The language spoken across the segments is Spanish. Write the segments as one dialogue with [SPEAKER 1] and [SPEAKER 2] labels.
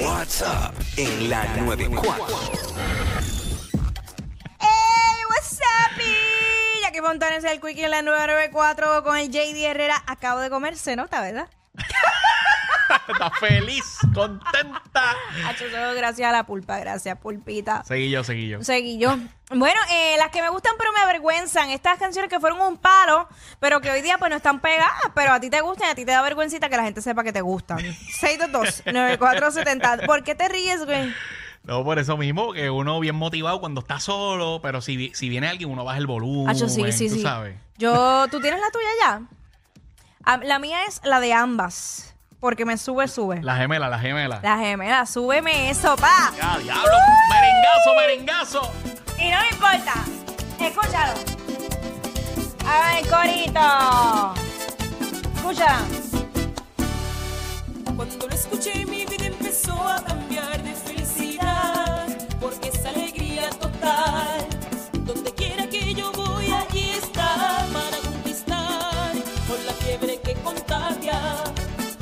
[SPEAKER 1] What's up en la 94.
[SPEAKER 2] ¡Ey, what's up? y- Jackie Fontanes, el Quickie en la 994 con el JD Herrera. Acabo de comer cenota, ¿verdad?
[SPEAKER 3] Está feliz, contenta.
[SPEAKER 2] Ah, yo solo gracias a la pulpa, gracias, pulpita.
[SPEAKER 3] Seguí yo, seguí yo.
[SPEAKER 2] Seguí yo. Bueno, eh, las que me gustan pero me avergüenzan. Estas canciones que fueron un palo, pero que hoy día pues no están pegadas, pero a ti te gustan y a ti te da vergüencita que la gente sepa que te gustan. 622-9470. ¿Por qué te ríes, güey?
[SPEAKER 3] No, por eso mismo, que uno bien motivado cuando está solo, pero si, vi- si viene alguien, uno baja el volumen.
[SPEAKER 2] Ah, yo sí, sí,
[SPEAKER 3] Uh, tú
[SPEAKER 2] sí.
[SPEAKER 3] sabes.
[SPEAKER 2] Yo, ¿tú tienes la tuya ya? Ah, La mía es la de ambas, porque me sube, sube.
[SPEAKER 3] La gemela, la gemela.
[SPEAKER 2] La gemela, súbeme eso, pa.
[SPEAKER 3] ¡Ah, diablo! ¡Merengazo, merengazo!
[SPEAKER 2] Y no me importa. Escúchalo. Ay, corito. Escucha.
[SPEAKER 4] Cuando lo escuché mi vida empezó a cambiar de felicidad, porque es alegría total. Donde quiera que yo voy, allí está para conquistar, con la fiebre que contagia.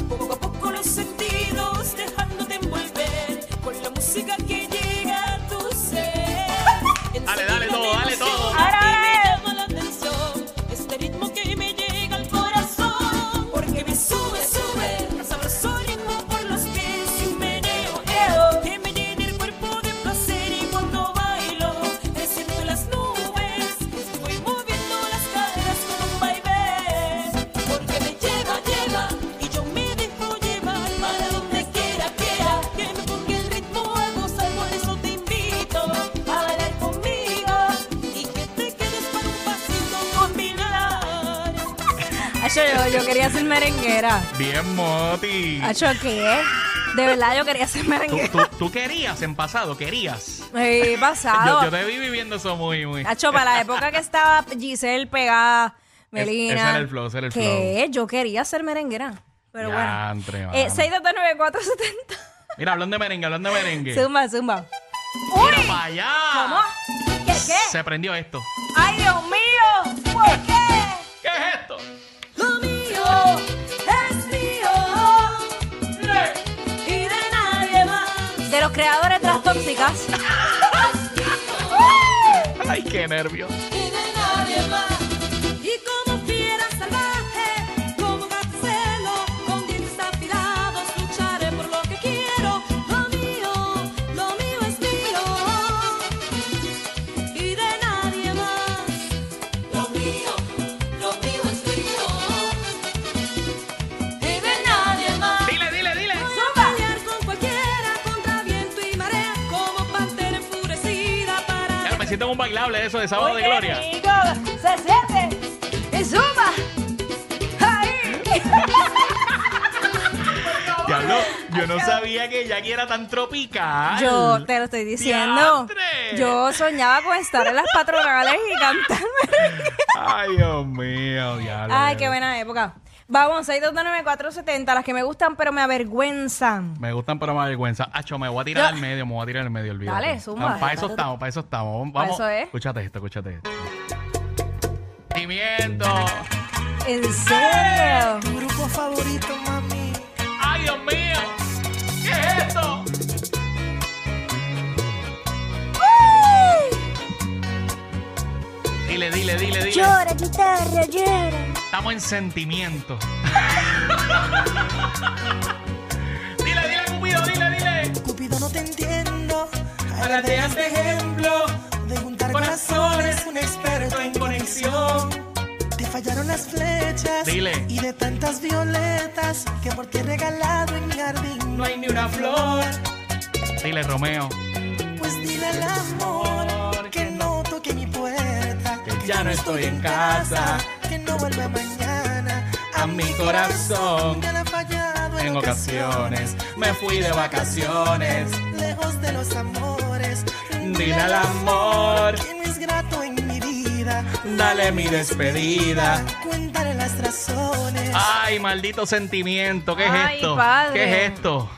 [SPEAKER 4] Poco a poco los sentidos dejándote envolver, con la música que llega a tu ser.
[SPEAKER 3] Dale, dale
[SPEAKER 4] Enseguida
[SPEAKER 3] todo,
[SPEAKER 4] me
[SPEAKER 3] dale todo.
[SPEAKER 4] emociona
[SPEAKER 2] Ahora,
[SPEAKER 4] y me
[SPEAKER 2] ahora.
[SPEAKER 4] llama la atención este ritmo que me llega al corazón porque me sube, sube sabroso ritmo por los pies y un meneo eh, que me llena el cuerpo de placer y cuando bailo me siento en las nubes voy moviendo las caderas con un vaivén porque me lleva, lleva y yo me dejo llevar para donde quiera, quiera que me ponga el ritmo a gozar por eso te invito a bailar conmigo y que te quedes para un pasito con mi lado.
[SPEAKER 2] Acho, yo, yo quería ser merenguera.
[SPEAKER 3] Bien, Moti.
[SPEAKER 2] Acho, ¿qué? De verdad, yo quería ser
[SPEAKER 3] Tú,
[SPEAKER 2] merenguera.
[SPEAKER 3] tú- tú querías en pasado, querías.
[SPEAKER 2] Eh,
[SPEAKER 3] Yo,
[SPEAKER 2] pasado.
[SPEAKER 3] yo te vi viviendo eso muy, muy.
[SPEAKER 2] Acho, para la época que estaba Giselle pegada, Melina.
[SPEAKER 3] ese era el flow, ese era el
[SPEAKER 2] ¿Qué? Yo quería ser merenguera. Pero bueno.
[SPEAKER 3] Diantre, mano.
[SPEAKER 2] Eh, 6229470.
[SPEAKER 3] Mira, hablando de merengue, hablando de merengue.
[SPEAKER 2] Zumba, zumba.
[SPEAKER 3] Mira para allá.
[SPEAKER 2] ¿Cómo? ¿Qué, qué?
[SPEAKER 3] Se prendió esto.
[SPEAKER 2] ¡Ay, Dios mío! ¿Por qué?
[SPEAKER 3] ¿Qué es esto?
[SPEAKER 4] Lo mío es mío y de nadie más.
[SPEAKER 2] De los creadores de las tóxicas.
[SPEAKER 3] Ay, qué nervios.
[SPEAKER 4] Y de nadie más. Y como fiera salvaje, como Marcelo, con dientes afilados, lucharé por lo que quiero. Lo mío, lo mío es mío y de nadie más. Lo mío, lo mío es mío y de nadie más.
[SPEAKER 3] Dile, dile, dile.
[SPEAKER 4] Voy a pelear con cualquiera, contra viento y marea, como pantera enfurecida para
[SPEAKER 3] Ya me siento en un bailable de eso de sábado de gloria.
[SPEAKER 2] ¡Se siente! ¡Y zumba! ¡Ahí!
[SPEAKER 3] Diablo, yo no sabía que Jackie era tan tropical.
[SPEAKER 2] Yo te lo estoy diciendo.
[SPEAKER 3] ¡Diantre!
[SPEAKER 2] Yo soñaba con estar en las patronales y cantar merengue.
[SPEAKER 3] Ay, Dios mío, diablo.
[SPEAKER 2] Ay, qué buena época. Vamos, 6299470, las que me gustan pero me avergüenzan.
[SPEAKER 3] Me gustan pero me vergüenza. Acho, me voy a tirar
[SPEAKER 2] Yo-
[SPEAKER 3] al medio, me voy a tirar al medio, olvídate.
[SPEAKER 2] Dale, zumba,
[SPEAKER 3] Para eso
[SPEAKER 2] dale.
[SPEAKER 3] estamos, para eso estamos. Vamos.
[SPEAKER 2] Pa' eso es.
[SPEAKER 3] Escúchate esto, escúchate esto. Sentimiento.
[SPEAKER 2] ¿En serio?
[SPEAKER 3] Ay, Dios mío. ¿Qué es esto? Dile, dile, dile, dile.
[SPEAKER 5] Llora, guitarra, llora.
[SPEAKER 3] Estamos en sentimiento. dile, dile, Cupido, dile, dile.
[SPEAKER 6] Cupido no te entiendo.
[SPEAKER 3] Ahora te hace este ejemplo.
[SPEAKER 6] De juntar
[SPEAKER 3] Corazones,
[SPEAKER 6] corazones, un experto en
[SPEAKER 3] conexión.
[SPEAKER 6] conexión. Te fallaron las flechas.
[SPEAKER 3] Dile.
[SPEAKER 6] Y de tantas violetas que por ti he regalado en mi jardín.
[SPEAKER 3] No hay ni una flor. Dile, Romeo.
[SPEAKER 6] Pues dile al amor que no toque mi puerta.
[SPEAKER 3] Que ya no estoy en casa.
[SPEAKER 6] Que no vuelva mañana
[SPEAKER 3] A mi corazón.
[SPEAKER 6] Ya le ha fallado
[SPEAKER 3] En ocasiones me fui de vacaciones.
[SPEAKER 6] Lejos de los amores.
[SPEAKER 3] Dile al amor,
[SPEAKER 6] ¿Quién es grato en mi vida?
[SPEAKER 3] dale mi despedida.
[SPEAKER 6] Cuéntale las razones.
[SPEAKER 3] Ay, maldito sentimiento, ¿qué es
[SPEAKER 2] Ay,
[SPEAKER 3] esto?
[SPEAKER 2] padre.
[SPEAKER 3] ¿Qué es esto?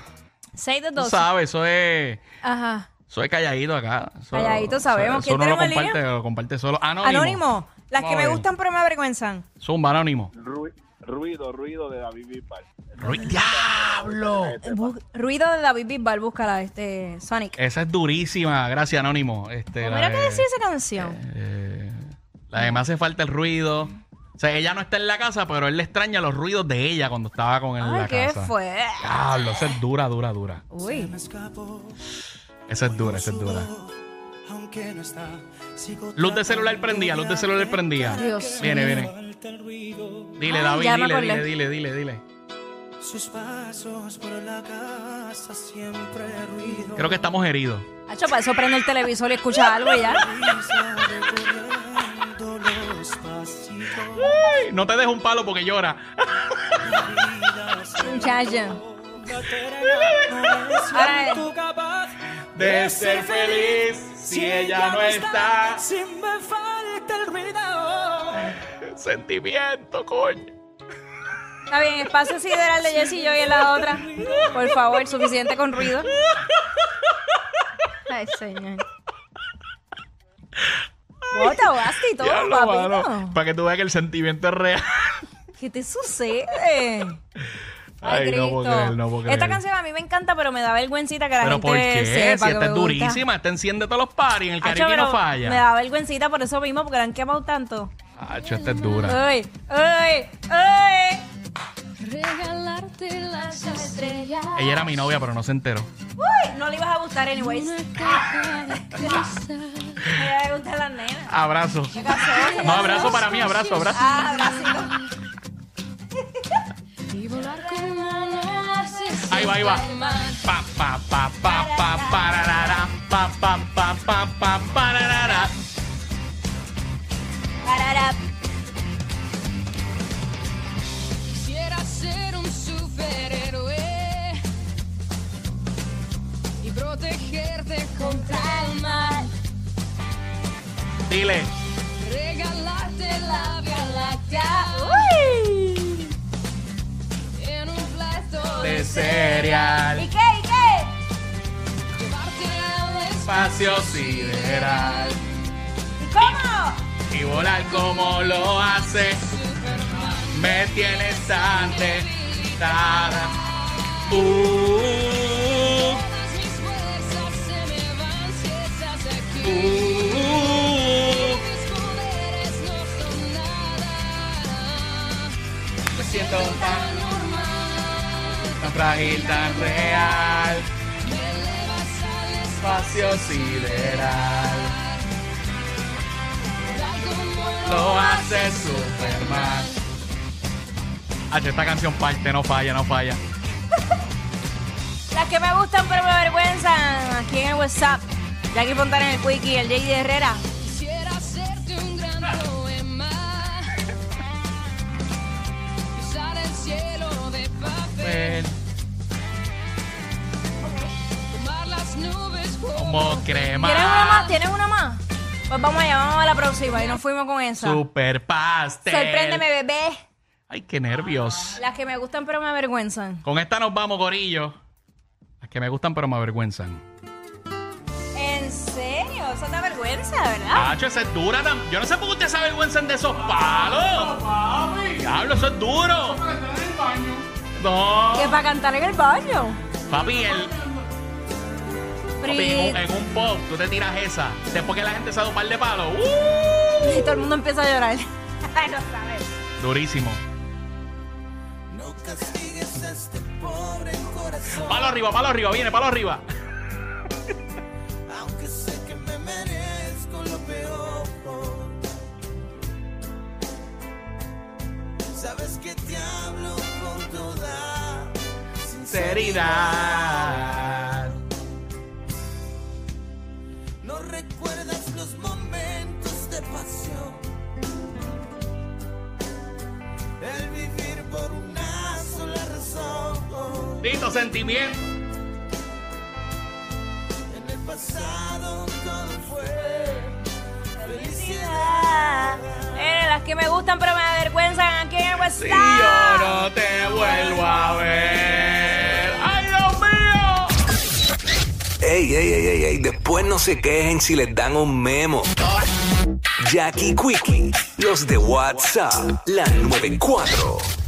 [SPEAKER 2] 6 de
[SPEAKER 3] Tú
[SPEAKER 2] 12.
[SPEAKER 3] sabes, eso es.
[SPEAKER 2] Ajá.
[SPEAKER 3] Soy calladito acá. Eso-
[SPEAKER 2] Calladito sabemos.
[SPEAKER 3] Eso,
[SPEAKER 2] ¿Quién
[SPEAKER 3] eso no lo
[SPEAKER 2] tenemos en línea?
[SPEAKER 3] comparte, lo comparte solo. Anónimo.
[SPEAKER 2] Anónimo. Las que
[SPEAKER 3] Vamos a
[SPEAKER 2] me
[SPEAKER 3] ver.
[SPEAKER 2] gustan pero me avergüenzan.
[SPEAKER 3] Zumba, anónimo.
[SPEAKER 7] Ru- ruido, ruido de David Bisbal.
[SPEAKER 3] Ru- ¡Diablo!
[SPEAKER 2] Bu- Ruido de David Bisbal, búscala, este, Sonic.
[SPEAKER 3] Esa es durísima. Gracias, anónimo. Este,
[SPEAKER 2] Pues
[SPEAKER 3] la
[SPEAKER 2] mira qué
[SPEAKER 3] de-
[SPEAKER 2] decía esa canción.
[SPEAKER 3] eh, la de me hace falta el ruido. O sea, ella no está en la casa, pero él le extraña los ruidos de ella cuando estaba con él en
[SPEAKER 2] Ay,
[SPEAKER 3] la
[SPEAKER 2] qué
[SPEAKER 3] casa.
[SPEAKER 2] fue.
[SPEAKER 3] Diablo, esa es dura, dura, dura.
[SPEAKER 2] Uy.
[SPEAKER 3] Esa es dura, esa es dura.
[SPEAKER 6] Aunque no está, sigo
[SPEAKER 3] Luz de celular prendía, luz de celular prendía.
[SPEAKER 2] Dios
[SPEAKER 3] Viene, viene. Dile,
[SPEAKER 2] Ay,
[SPEAKER 3] David,
[SPEAKER 2] ya me
[SPEAKER 3] dile, dile,
[SPEAKER 2] acordé.
[SPEAKER 3] dile, dile, dile.
[SPEAKER 6] sus pasos por la casa, siempre ruido.
[SPEAKER 3] Creo que estamos heridos.
[SPEAKER 2] Hacho, para eso prende el televisor y escucha algo y ya.
[SPEAKER 6] Brisa recorriendo los pasillos.
[SPEAKER 3] Ay, No te dejo un palo porque llora.
[SPEAKER 2] Muchacha. Ahora,
[SPEAKER 6] Tú capaz,
[SPEAKER 3] De ser feliz si ella no está.
[SPEAKER 6] si me falta el ruido.
[SPEAKER 3] Sentimiento, coño.
[SPEAKER 2] Está bien, espacio sideral de Jessy y yo y en la otra. Por favor, suficiente con ruido. Ay, señor. Wow, te ahogaste y todo,
[SPEAKER 3] Diablo,
[SPEAKER 2] papito.
[SPEAKER 3] mano. Para que tú veas que el sentimiento es real.
[SPEAKER 2] ¿Qué te sucede? Ay,
[SPEAKER 3] Ay, no puedo
[SPEAKER 2] Cristo.
[SPEAKER 3] creer, no puedo creer.
[SPEAKER 2] Esta canción a mí me encanta, pero me da vergüencita que la
[SPEAKER 3] Pero
[SPEAKER 2] gente
[SPEAKER 3] ¿por qué?
[SPEAKER 2] sepa
[SPEAKER 3] si
[SPEAKER 2] que
[SPEAKER 3] esta
[SPEAKER 2] me
[SPEAKER 3] es
[SPEAKER 2] gusta.
[SPEAKER 3] durísima, esta enciende todos los paris en el
[SPEAKER 2] Acho,
[SPEAKER 3] Caribe no
[SPEAKER 2] pero Me
[SPEAKER 3] falla.
[SPEAKER 2] da vergüencita por eso mismo, porque la han quemado tanto.
[SPEAKER 3] Acho, esta es dura.
[SPEAKER 2] ¡Ay! ¡Ay! ¡Ay!
[SPEAKER 8] Regalarte las estrellas.
[SPEAKER 3] Ella era mi novia, pero no se enteró.
[SPEAKER 2] ¡Uy! No le ibas a gustar, anyways.
[SPEAKER 8] Una
[SPEAKER 2] Me
[SPEAKER 8] caja de cosas.
[SPEAKER 2] iba a gustar las nenas.
[SPEAKER 3] Abrazo. No, abrazo para mí, abrazo, abrazo.
[SPEAKER 2] Ah, abracito.
[SPEAKER 8] Y volar como las estrellas.
[SPEAKER 3] Ahí va, ahí va. Pa, pa, pa, pa, pa, pararara. Pa, pa, pa, pa, pa, pararara.
[SPEAKER 2] Parará.
[SPEAKER 8] Quisiera ser un superhéroe y protegerte contra el mal.
[SPEAKER 3] Dile.
[SPEAKER 8] Regalarte la vía láctea en un plato
[SPEAKER 3] De cereal.
[SPEAKER 2] ¿Y qué? ¿Y qué?
[SPEAKER 8] Llevarte al
[SPEAKER 3] Espacio sideral.
[SPEAKER 2] ¿Y cómo?
[SPEAKER 3] Y volar como lo hace. Me tienes ante. Uh,
[SPEAKER 8] Todas mis fuerzas se me van si estás aquí.
[SPEAKER 3] uh,
[SPEAKER 8] Mis poderes no son nada.
[SPEAKER 3] me siento
[SPEAKER 8] Tan normal.
[SPEAKER 3] tan frágil, tan real.
[SPEAKER 8] Me elevas al
[SPEAKER 3] Espacio sideral.
[SPEAKER 8] espacio como
[SPEAKER 3] Lo hace Superman. H, esta canción parte, no falla, no falla.
[SPEAKER 2] Las que me gustan pero me avergüenzan. Aquí en el WhatsApp. Jackie Fontana en el Quickie, el J.D. Herrera.
[SPEAKER 8] Quisiera hacerte un gran poema. Usar el cielo de papel. Tomar las nubes como
[SPEAKER 3] Como crema.
[SPEAKER 2] ¿Tienes una más? ¿Tienes una más? Pues vamos allá, vamos a la próxima. Y nos fuimos con esa.
[SPEAKER 3] Super pastel.
[SPEAKER 2] Ah. Sorpréndeme, bebé.
[SPEAKER 3] Ay, qué nervios.
[SPEAKER 2] Las que me gustan pero me avergüenzan.
[SPEAKER 3] Con esta nos vamos, gorillo. Las que me gustan pero me avergüenzan.
[SPEAKER 2] ¿En serio? Eso da vergüenza, ¿verdad?
[SPEAKER 3] Hacho, esa es dura. tam- Yo no sé por qué usted se avergüenzan de esos palos. Diablo, eso es duro. No.
[SPEAKER 2] Que para cantar en el baño.
[SPEAKER 3] Papi, el- papi, en, un, e- en un pop tú te tiras esa. Después que la gente se da un par de palos. ¡uh!
[SPEAKER 2] Y todo el mundo empieza a llorar. Ay, no sabes.
[SPEAKER 3] Durísimo.
[SPEAKER 6] No castigues a este pobre corazón,
[SPEAKER 3] Palo arriba, palo arriba, viene, palo arriba.
[SPEAKER 6] aunque sé que me merezco lo peor. Sabes que te hablo con toda
[SPEAKER 3] Seriedad.
[SPEAKER 6] No recuerdas los momentos de pasión. El vivir por una sola razón.
[SPEAKER 3] sentimiento, sentimiento.
[SPEAKER 2] Eh, las que me gustan pero me avergüenzan aquí en el
[SPEAKER 3] Si
[SPEAKER 2] WhatsApp.
[SPEAKER 3] yo no te vuelvo a ver. ¡Ay, Dios mío!
[SPEAKER 1] Ey, ey, ey, ey, ey, después no se quejen si les dan un memo. Jackie Quickie, los de WhatsApp, la 94.